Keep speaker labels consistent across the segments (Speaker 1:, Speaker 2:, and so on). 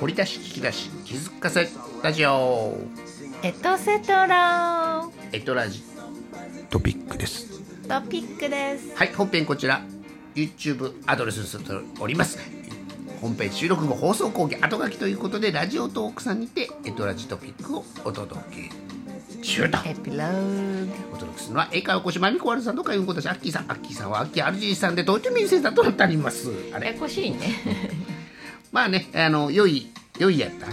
Speaker 1: 掘り出し聞き出し気づかせラジオ
Speaker 2: エトセトラ
Speaker 1: エトラジ
Speaker 3: トピックです
Speaker 2: トピックです
Speaker 1: はい本編こちら YouTube アドレスになっております本編収録後放送講義後書きということでラジオトークさんにてエトラジトピックをお届け中と
Speaker 2: エピローグ
Speaker 1: お届けするのは英会話講師マミコワルさんとかいうことしアッキーさんアッキーさんはアッキー RG さんで東京民生さんとなってありますあ
Speaker 2: や
Speaker 1: れ
Speaker 2: やこ しいね
Speaker 1: まあねあの良い良いやった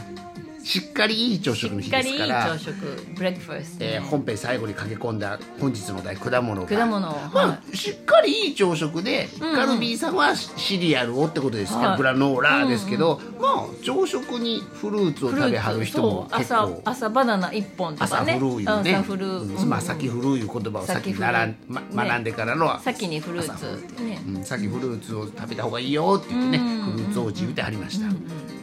Speaker 1: しっかりいい朝食の
Speaker 2: し
Speaker 1: 日
Speaker 2: っか
Speaker 1: で
Speaker 2: りい
Speaker 1: す
Speaker 2: い
Speaker 1: から
Speaker 2: 朝食ブレックファースト、
Speaker 1: えー本編最後に駆け込んだ本日の題果物が
Speaker 2: 果物を
Speaker 1: まあ、
Speaker 2: は
Speaker 1: しっかりいい朝食で、
Speaker 2: うんうん
Speaker 1: カルビーさんはシリアルをってことですけど、
Speaker 2: はい
Speaker 1: グラノーラですけど、まあ朝食にフルーツを
Speaker 2: フル
Speaker 1: 食べはる
Speaker 2: ーツ
Speaker 1: 人も
Speaker 2: と
Speaker 1: 結
Speaker 2: 朝
Speaker 1: 構
Speaker 2: 朝バナナ一本と
Speaker 1: 朝
Speaker 2: かね
Speaker 1: 古いよね
Speaker 2: 朝フル
Speaker 1: うんまあ先古い言葉を先
Speaker 2: 先
Speaker 1: に
Speaker 2: 古い
Speaker 1: 習んま
Speaker 2: ね
Speaker 1: 学んでからのは
Speaker 2: 先にフルーツね
Speaker 1: うん、先フルーツを食べた方がいいよって言ってね、
Speaker 2: うん
Speaker 1: フルーツ王子言ってはりました、
Speaker 2: うんうん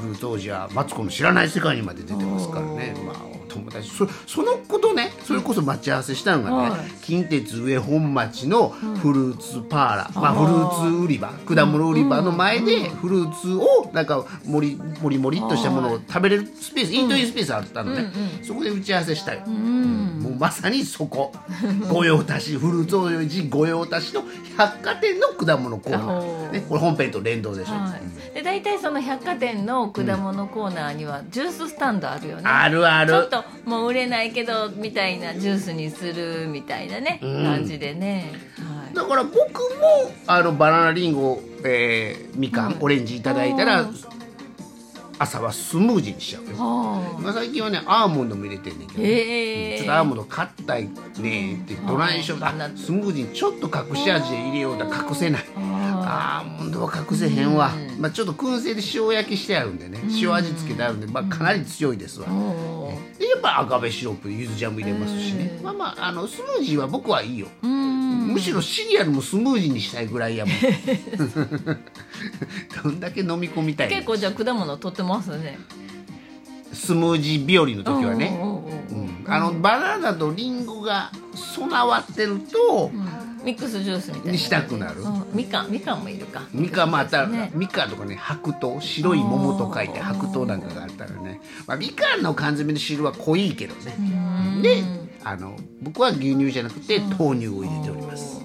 Speaker 1: フルーツ王子はマツコの知らない世界にまで出てますからね
Speaker 2: おー
Speaker 1: まあお友達そその子とねそれこそ待ち合わせしたのがね、
Speaker 2: はい
Speaker 1: 近鉄上本町のフルーツパーラ、まあ、フルーツ売り場果物売り場の前でフルーツをなんかもりもりもりっとしたものを食べれるスペース、イートインスペースあったのね、そこで打ち合わせしたよ、もうまさにそこ御用達フルーツ王子御用達の百貨店の果物コーナ
Speaker 2: お
Speaker 1: ー、
Speaker 2: ー
Speaker 1: ね、これ本編と連動でしょ、
Speaker 2: はい、で大体その百貨店の果物コーナーにはジューススタンドあるよね、
Speaker 1: あるあ
Speaker 2: ちょっ
Speaker 1: る
Speaker 2: ともう売れないけどみたいなジュースにするみたいなね、
Speaker 1: うん
Speaker 2: 感じでね、はい、
Speaker 1: だから僕もあのバナナリンゴ、えーみかん、
Speaker 2: うん
Speaker 1: オレンジいただいたら、
Speaker 2: うん
Speaker 1: 朝はスムージーにしちゃうよ、
Speaker 2: は
Speaker 1: まあ、最近はねアーモンドも入れてんねんけ
Speaker 2: あ
Speaker 1: ど、
Speaker 2: へえ
Speaker 1: ちょっとアーモンド買ったいねってどないしようか
Speaker 2: うん
Speaker 1: あスムージーにちょっと隠し味で入れようだ隠せないアーモンドは隠せへんわ、まあ、ちょっと燻製で塩焼きしてあるんでね塩味付けてあるんで、まあ、かなり強いですわ、
Speaker 2: おー
Speaker 1: でやっぱ赤べシロップゆずジャム入れますしね、
Speaker 2: うん
Speaker 1: まあまああのスムージーは僕はいいよ
Speaker 2: うーん
Speaker 1: むしろシリアルもスムージーにしたいぐらいやもん どんだけ飲み込みたいの
Speaker 2: 結構じゃあ果物取ってますね
Speaker 1: スムージー日和の時はね、
Speaker 2: うんうんうん
Speaker 1: う
Speaker 2: うん
Speaker 1: ん、あのバナナとリンゴが備わってると、
Speaker 2: ミックスジュースみたいな
Speaker 1: にしたくなる
Speaker 2: うんみかんみかんもいるか
Speaker 1: ミカもあったら、
Speaker 2: ね
Speaker 1: ミカとかね白桃白い桃と書いて白桃なんかがあったらね、まあ、みかんの缶詰の汁は濃いけどねであの僕は牛乳じゃなくて豆乳を入れております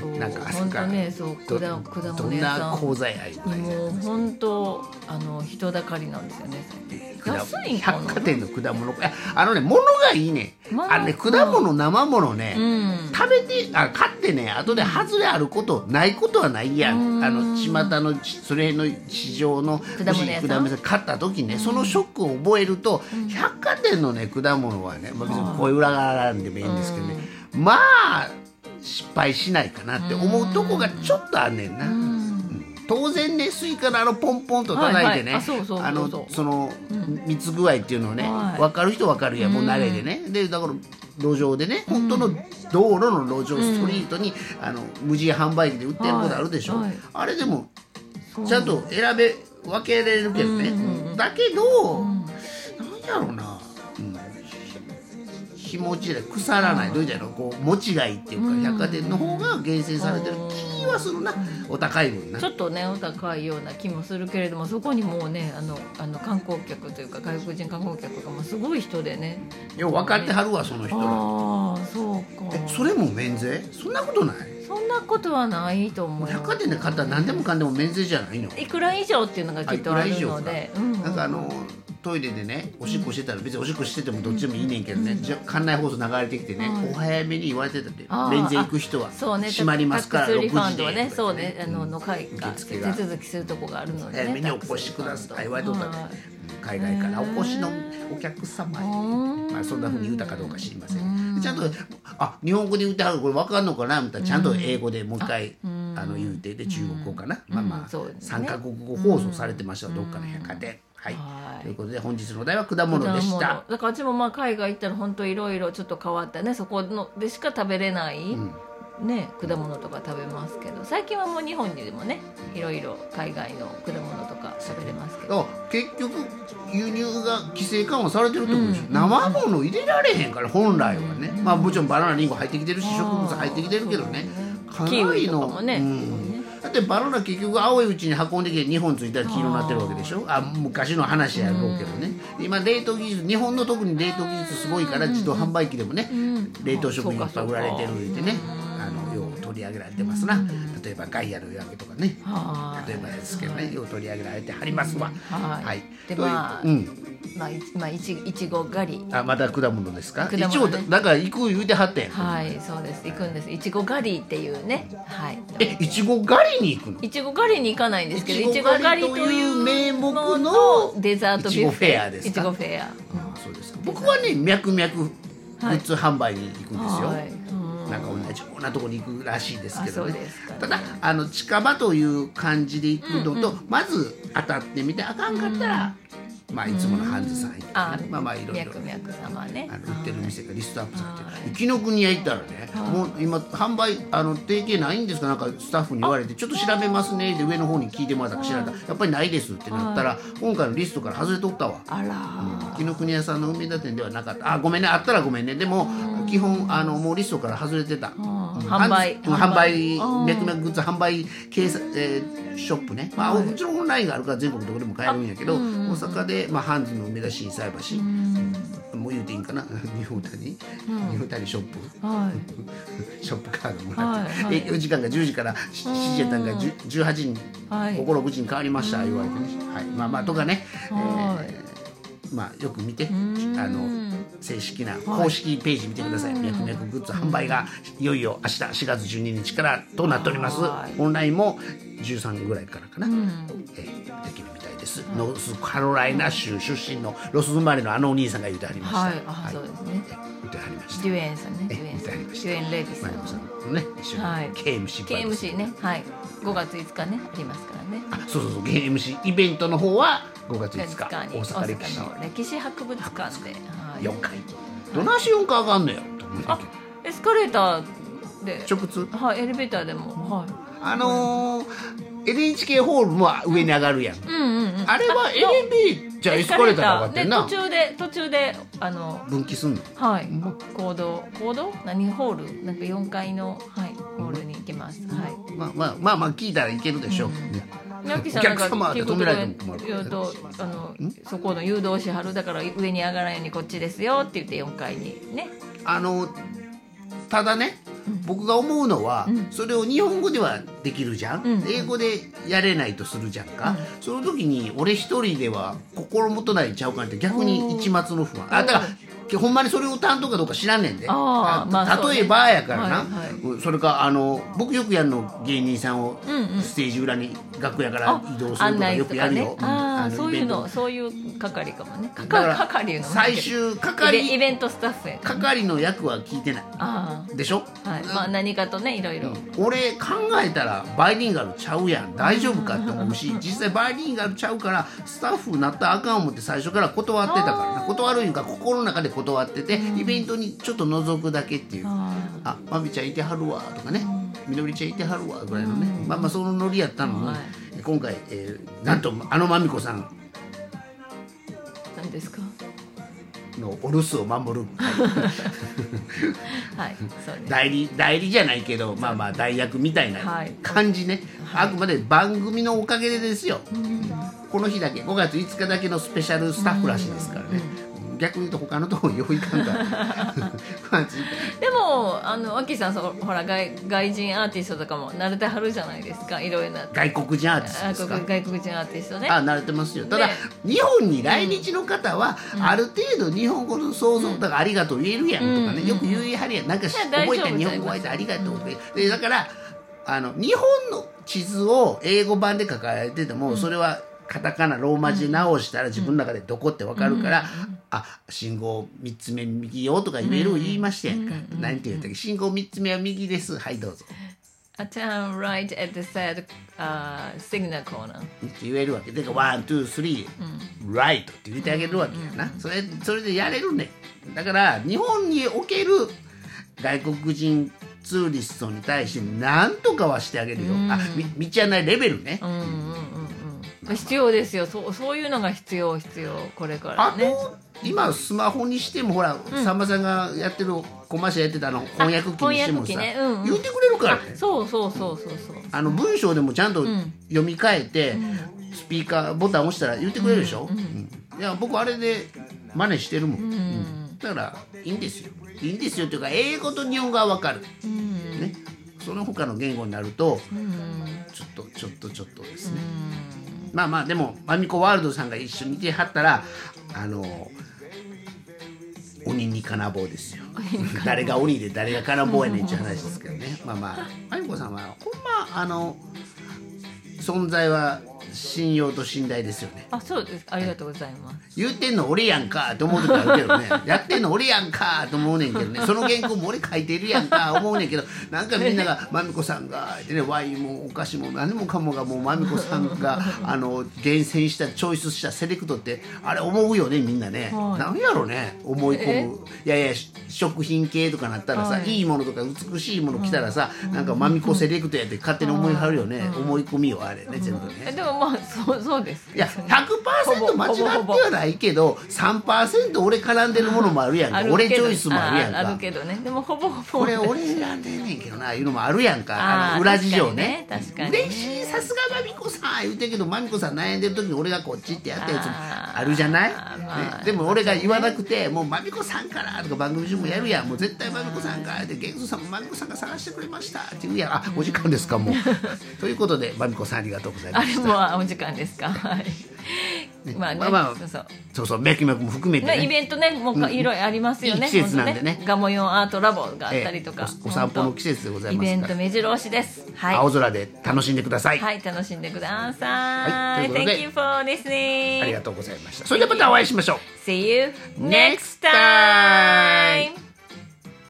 Speaker 2: そう
Speaker 1: なんか朝
Speaker 2: 本
Speaker 1: から
Speaker 2: 当ねそう
Speaker 1: ど
Speaker 2: 果果
Speaker 1: ど
Speaker 2: 物
Speaker 1: ん
Speaker 2: 屋さ
Speaker 1: なん講座やいうぐらい
Speaker 2: に
Speaker 1: で
Speaker 2: もう本当あの人だかりなんですよね
Speaker 1: 果
Speaker 2: 安いんかな
Speaker 1: 百貨店の果物ああのね物がいいね
Speaker 2: まあ
Speaker 1: あのね果物生物ね、
Speaker 2: うん
Speaker 1: 食べてあ買ってね後で外れあることないことはないやん、
Speaker 2: うん
Speaker 1: あの巷のちそれの市場の
Speaker 2: 物屋さん
Speaker 1: もし果物屋さん買った時ね、そのショックを覚えると、百貨店のね果物はね、まあ、別に恋裏があるんでもいいんですけどね、まあ失敗しないかなって思うとこがちょっとあんねんな。うん当然ねスイカのあのポンポンと叩いて
Speaker 2: はいはい
Speaker 1: ね
Speaker 2: あそうそうそうそう
Speaker 1: あのその蜜具合っていうのをね、
Speaker 2: はい
Speaker 1: 分かる人分かるやんもう慣れでね、でだから路上でね本当の道路の路上、ストリートにあの無人販売機で売ってることあるでしょ、
Speaker 2: はいはい
Speaker 1: あれでもちゃんと選べ分けれるけどね、だけど、なんやろうな、うん、ひ日持ちで腐らないどうじゃろうこう持ちがいいっていうか、百貨店の方が厳選されてる気はするな、お高い分な
Speaker 2: ちょっとねお高いような気もするけれどもそこにもうねあのあの観光客というか外国人観光客がもうすごい人でね
Speaker 1: よう分かってはるわその人ら
Speaker 2: ああそうか
Speaker 1: えそれも免税そんなことない
Speaker 2: そんなことはないと思う
Speaker 1: 百貨店で買ったら何でもかんでも免税じゃないの
Speaker 2: いくら以上っていうのがきっとあるので
Speaker 1: あいくら以上かなんかあのトイレでねおしっこしてたら別におしっこしててもどっちでもいいねんけどね、じゃ館内放送流れてきてね、お早めに言われてたって
Speaker 2: あー
Speaker 1: 免税行く人は
Speaker 2: そうね
Speaker 1: 閉まりますから
Speaker 2: タックスリ
Speaker 1: 6
Speaker 2: ファン
Speaker 1: 時
Speaker 2: ド
Speaker 1: で
Speaker 2: はねそうねあの
Speaker 1: うん
Speaker 2: の会
Speaker 1: 受
Speaker 2: が
Speaker 1: 付
Speaker 2: 手
Speaker 1: が
Speaker 2: 続きするとこがあるので
Speaker 1: 早めに
Speaker 2: ね
Speaker 1: お越しください言われとったって
Speaker 2: はい
Speaker 1: 海外からお越しのお客様
Speaker 2: う
Speaker 1: へ
Speaker 2: ん
Speaker 1: まあ、そんなふうに言うたかどうか知りませんちゃんと「あ日本語で言うてはるこれ分かんのかな?」みたいなちゃんと英語でもう一回あの言うてで中国語かなまあまあ
Speaker 2: そうですね
Speaker 1: 3か国語放送されてましたどっかの百貨店はい
Speaker 2: はい
Speaker 1: ということで本日のお題は果物でし
Speaker 2: 果
Speaker 1: た
Speaker 2: 物だからうちもまあ海外行ったら本当いろいろちょっと変わったねそこのでしか食べれない、ね、果物とか食べますけど最近はもう日本にでもねいろいろ海外の果物とか食べれますけど
Speaker 1: あ結局輸入が規制緩和されてるってことでしょ、生もの入れられへんから本来はね、まあもちろんバナナリンゴ入ってきてるし植物入ってきてるけどね
Speaker 2: キウイとかもね
Speaker 1: う
Speaker 2: そうんね
Speaker 1: だってバナナ結局青いうちに運んできて2本ついたら黄色になってるわけでしょあ昔の話やろうけどね、今冷凍技術日本の特に冷凍技術すごいから自動販売機でもね、冷凍食品いっぱい売られてるってね、あのよう取り上げられてますな、例えばガイアの夜明けとかね
Speaker 2: はい
Speaker 1: 例えばですけどね、よう取り上げられてはりますわ
Speaker 2: はいで
Speaker 1: という
Speaker 2: まあ
Speaker 1: うん
Speaker 2: まあいちまあいちいちご狩り
Speaker 1: あまた果物ですか、
Speaker 2: 果
Speaker 1: 一
Speaker 2: 物
Speaker 1: 応
Speaker 2: ね
Speaker 1: だから行く言うてはってん、
Speaker 2: はいそうです行くんですいちご狩りっていうねはい
Speaker 1: えいちご狩りに行くの
Speaker 2: いちご狩りに行かないんですけど
Speaker 1: い
Speaker 2: い
Speaker 1: ち
Speaker 2: ち
Speaker 1: ご
Speaker 2: ご
Speaker 1: 狩
Speaker 2: 狩
Speaker 1: り
Speaker 2: り
Speaker 1: と
Speaker 2: と
Speaker 1: いう
Speaker 2: い
Speaker 1: 名目
Speaker 2: う
Speaker 1: の
Speaker 2: ものとデザートビュ
Speaker 1: いち
Speaker 2: ッフェ
Speaker 1: ごフェアですか
Speaker 2: いちごフェア
Speaker 1: あそうですか僕はね脈々グッズ販売に行くんですよ、
Speaker 2: はいうん
Speaker 1: なんか同じようなとこに行くらしいですけど
Speaker 2: あ
Speaker 1: ね
Speaker 2: そうですかね
Speaker 1: ただあの近場という感じで行くのと、まず当たってみてあかんかったら、まあいつものハンズさん行って、
Speaker 2: あ
Speaker 1: まあまあいろいろ
Speaker 2: 脈々様ね
Speaker 1: あの売ってる店がリストアップされて
Speaker 2: は
Speaker 1: る紀ノ国屋行ったらね、もう今販売あの提携ないんですかなんかスタッフに言われてちょっと調べますねで上の方に聞いてもらったから調べたらやっぱりないですってなったら今回のリストから外れとったわ
Speaker 2: あら
Speaker 1: 紀ノ国屋さんの梅田店ではなかったあごめんねあったらごめんねでも基本あのもうリストから外れてた
Speaker 2: ん
Speaker 1: うん
Speaker 2: 販売
Speaker 1: うん販売脈々グッズ販売掲載、えーショップねまあもちろんオンラインがあるから全国どこでも買えるんやけど大阪でまあハンズの梅田心斎橋もう言うていいんかな 二風谷二風谷ショップ
Speaker 2: はい
Speaker 1: ショップカードもらって、
Speaker 2: はいはい
Speaker 1: 営業時間が10時から7時やったんが10 18時に
Speaker 2: はい
Speaker 1: 午後6時に変わりました言われてね、はい、まあまあとかね、え
Speaker 2: はい
Speaker 1: ーまあよく見てあの正式な公式ページ見てください「ミャクミャクグッズ販売」がいよいよ明日4月12日からとなっております
Speaker 2: はい
Speaker 1: オンラインも13ぐらいからかな、えーできるみたいです、ノースカロライナ州出身のロス生まれのあのお兄さんが言うてはりました、
Speaker 2: はいあそうですね
Speaker 1: 言うてはりました
Speaker 2: ジュエンさんねジュエン
Speaker 1: みた
Speaker 2: さ
Speaker 1: い
Speaker 2: ん
Speaker 1: な
Speaker 2: ジュエンレイビス
Speaker 1: マリコさんのね一緒に
Speaker 2: はい
Speaker 1: KMC バイブス
Speaker 2: KMC ねはい5月5日ねありますからね
Speaker 1: あそうそうそう KMC イベントの方は5月5日
Speaker 2: に
Speaker 1: 大阪歴史
Speaker 2: 大阪の歴史博物館ではい
Speaker 1: 4階どないし4階上がんのよと思うねん
Speaker 2: あエスカレーターで
Speaker 1: けど直通
Speaker 2: はいエレベーターでもはい
Speaker 1: あのー NHK ホールも上に上がるやん
Speaker 2: うんうんうん
Speaker 1: あれはエレベーターじゃあエスカレーターが上がってんな
Speaker 2: で途中で途中であの
Speaker 1: 分岐すんの
Speaker 2: はい
Speaker 1: んま
Speaker 2: 行動行動何ホールなんか4階のはいホールに行きますはい
Speaker 1: まあまあまあまあ聞いたらいけるでしょう、ね
Speaker 2: 宮城さ
Speaker 1: お
Speaker 2: ん
Speaker 1: 客
Speaker 2: なん
Speaker 1: 様
Speaker 2: か
Speaker 1: は
Speaker 2: 聞
Speaker 1: 止
Speaker 2: くこ
Speaker 1: め
Speaker 2: と
Speaker 1: られても困る
Speaker 2: 言うとあのそこの誘導しはるだから上に上がらんようにこっちですよって言って4階にね
Speaker 1: あのただね僕が思うのは、それを日本語ではできるじゃん、
Speaker 2: うん
Speaker 1: 英語でやれないとするじゃんか、その時に俺一人では心もとないちゃうかなって逆に一抹の不安あだからほんまにそれを担当かどうか知らんねんで
Speaker 2: あーまあそうね
Speaker 1: 例えばやからな、
Speaker 2: はいはい
Speaker 1: うんそれかあの僕よくやるの芸人さんを
Speaker 2: んうん
Speaker 1: ステージ裏に楽屋から
Speaker 2: あ
Speaker 1: 移動する
Speaker 2: 案
Speaker 1: とか
Speaker 2: 内
Speaker 1: よく
Speaker 2: と
Speaker 1: や
Speaker 2: か
Speaker 1: る
Speaker 2: ね
Speaker 1: よ、
Speaker 2: ああそういうの
Speaker 1: イ
Speaker 2: そういう係かもねか
Speaker 1: ベントだ
Speaker 2: か
Speaker 1: から
Speaker 2: 係の
Speaker 1: 最終
Speaker 2: イベイ
Speaker 1: 係
Speaker 2: ベントスタッフやから
Speaker 1: 係の役は聞いてない
Speaker 2: あ
Speaker 1: でしょ、
Speaker 2: あはいまあ何かとねいろいろ
Speaker 1: 俺考えたらバイリンガルちゃうやん大丈夫かって思う し実際バイリンガルちゃうからスタッフになったらあかん思って最初から断ってたからな断るいうか心の中で断っててイベントにちょっと覗くだけっていう
Speaker 2: あ
Speaker 1: あまみちゃんいてはるわとかねみのりちゃんいてはるわぐらいのねまあまあそのノリやったのに、
Speaker 2: はい
Speaker 1: 今回、えーなんとあのまみこさん
Speaker 2: あなんですか
Speaker 1: のお留守を守る
Speaker 2: はいそうです
Speaker 1: 代理代理じゃないけどまあまあ代役みたいな
Speaker 2: はい
Speaker 1: 感じね、あくまで番組のおかげでですよ、この日だけ5月5日だけのスペシャルスタッフらしいですからね、逆に言うと他のところよういかんから 5月
Speaker 2: でもあの秋さんそほら外外人アーティストとかも慣れてはるじゃないですかいろいろな
Speaker 1: 外国人アーティスト
Speaker 2: あ
Speaker 1: ですか
Speaker 2: 国外国人アーティストね
Speaker 1: あ慣れてますよただ、
Speaker 2: ね
Speaker 1: 日本に来日の方は、ある程度日本語の想像だから「ありがとう」言えるやんとかね、よく言いはりやんなんかし
Speaker 2: いや大丈
Speaker 1: 覚え
Speaker 2: 夫
Speaker 1: た日本語覚え
Speaker 2: 大丈
Speaker 1: て「ありがとう」ってでだからあの日本の地図を英語版で書かれてても、それはカタカナローマ字で直したら自分の中でどこってわかるから、あ信号3つ目右よとか言える言いましたやんか、なんて言ったっけ信号3つ目は右ですはいどうぞ
Speaker 2: A turn right at the said、uh, signal corner
Speaker 1: って言えるわけでワン・ツー・スリー「ライト」って言ってあげるわけやなそれそれでやれるねんだから日本における外国人ツーリストに対して何とかはしてあげるよあみ道案内レベルね
Speaker 2: うんうんうんうん必要ですよそうそういうのが必要必要これから
Speaker 1: あ
Speaker 2: ね
Speaker 1: と今スマホにしてもほら、さんまさんがやってるコマーシャルやってたあの翻訳機にしてもさ、
Speaker 2: 翻訳機ねうんうん
Speaker 1: 言ってくれるからね
Speaker 2: そうそうそうそうそう
Speaker 1: あの文章でもちゃんと
Speaker 2: ん
Speaker 1: 読み替えて、スピーカーボタン押したら言ってくれるでしょ、うんいや僕あれで真似してるもん、うんだからいいんですよいいんですよというか英語と日本語は分かる、ね、その他の言語になると、ちょっとちょっとちょっとですね、まあまあでもマミコワールドさんが一緒にいてはったらあの鬼に金棒ですよ誰が鬼で誰が金棒やねんっていう話ですけどねまあまあマミコさんはほんまあの存在は信用と信頼ですよね
Speaker 2: あそうですありがとうございます
Speaker 1: 言うてんの俺やんかと思う時あるけどねやってんの俺やんかと思うねんけどねその原稿も俺書いてるやんか思うねんけどなんかみんなが「まみこさんが」ってねワインもお菓子も何もかもがもうまみこさんがあの厳選したチョイスしたセレクトってあれ思うよねみんなね、
Speaker 2: はい
Speaker 1: なんやろね思い込むいやいやし食品系とかなったらさ、
Speaker 2: はい
Speaker 1: い、いものとか美しいもの来たらさ、なんかまみこセレクトやって勝手に思いはるよね、思い込みよあれね全部ね。
Speaker 2: えでもまあそう そうです
Speaker 1: いや100%間違って
Speaker 2: ほぼほぼ
Speaker 1: はないけど3%俺絡んでるものもあるやんか
Speaker 2: あるけど
Speaker 1: 俺チョイスもあるやん
Speaker 2: ああ
Speaker 1: か
Speaker 2: るけどねでもほぼほぼ
Speaker 1: これ俺選んでんねんけどないうのもあるやんか
Speaker 2: あー
Speaker 1: あの裏事情ね
Speaker 2: 確かにね確かにね
Speaker 1: 嬉しいさすがまみこさん言うてんけどまみこさん悩んでる時に俺がこっちってやったやつも
Speaker 2: あー
Speaker 1: あるじゃない、
Speaker 2: あーまあ
Speaker 1: ねでも俺が言わなくて「もうまみこさんから」とか番組中もやるやんもう絶対まみこさんからで元素さんもまみこさんが探してくれましたって言うやんあお時間ですか もうということでまみこさんありがとうござい
Speaker 2: あ
Speaker 1: ま
Speaker 2: れ
Speaker 1: した
Speaker 2: もあお時間 ですかはいまあね、
Speaker 1: まあまあ
Speaker 2: そうそう
Speaker 1: そうそうメキメキも含めてね
Speaker 2: ね、イベントね、もうかいろいろありますよね。
Speaker 1: いい季節なんでね
Speaker 2: 本当ガモヨンアートラボがあったりとか、
Speaker 1: ええおお散歩の季節でございますから
Speaker 2: イベント目白押しです。はい。
Speaker 1: 青空で楽しんでください、
Speaker 2: はい、楽しんでくださ
Speaker 1: はい
Speaker 2: い。
Speaker 1: ということで
Speaker 2: Thank you for
Speaker 1: ありが
Speaker 2: listening.
Speaker 1: とうございましたそれではまたお会いしましょう
Speaker 2: See you
Speaker 1: Next
Speaker 2: next time.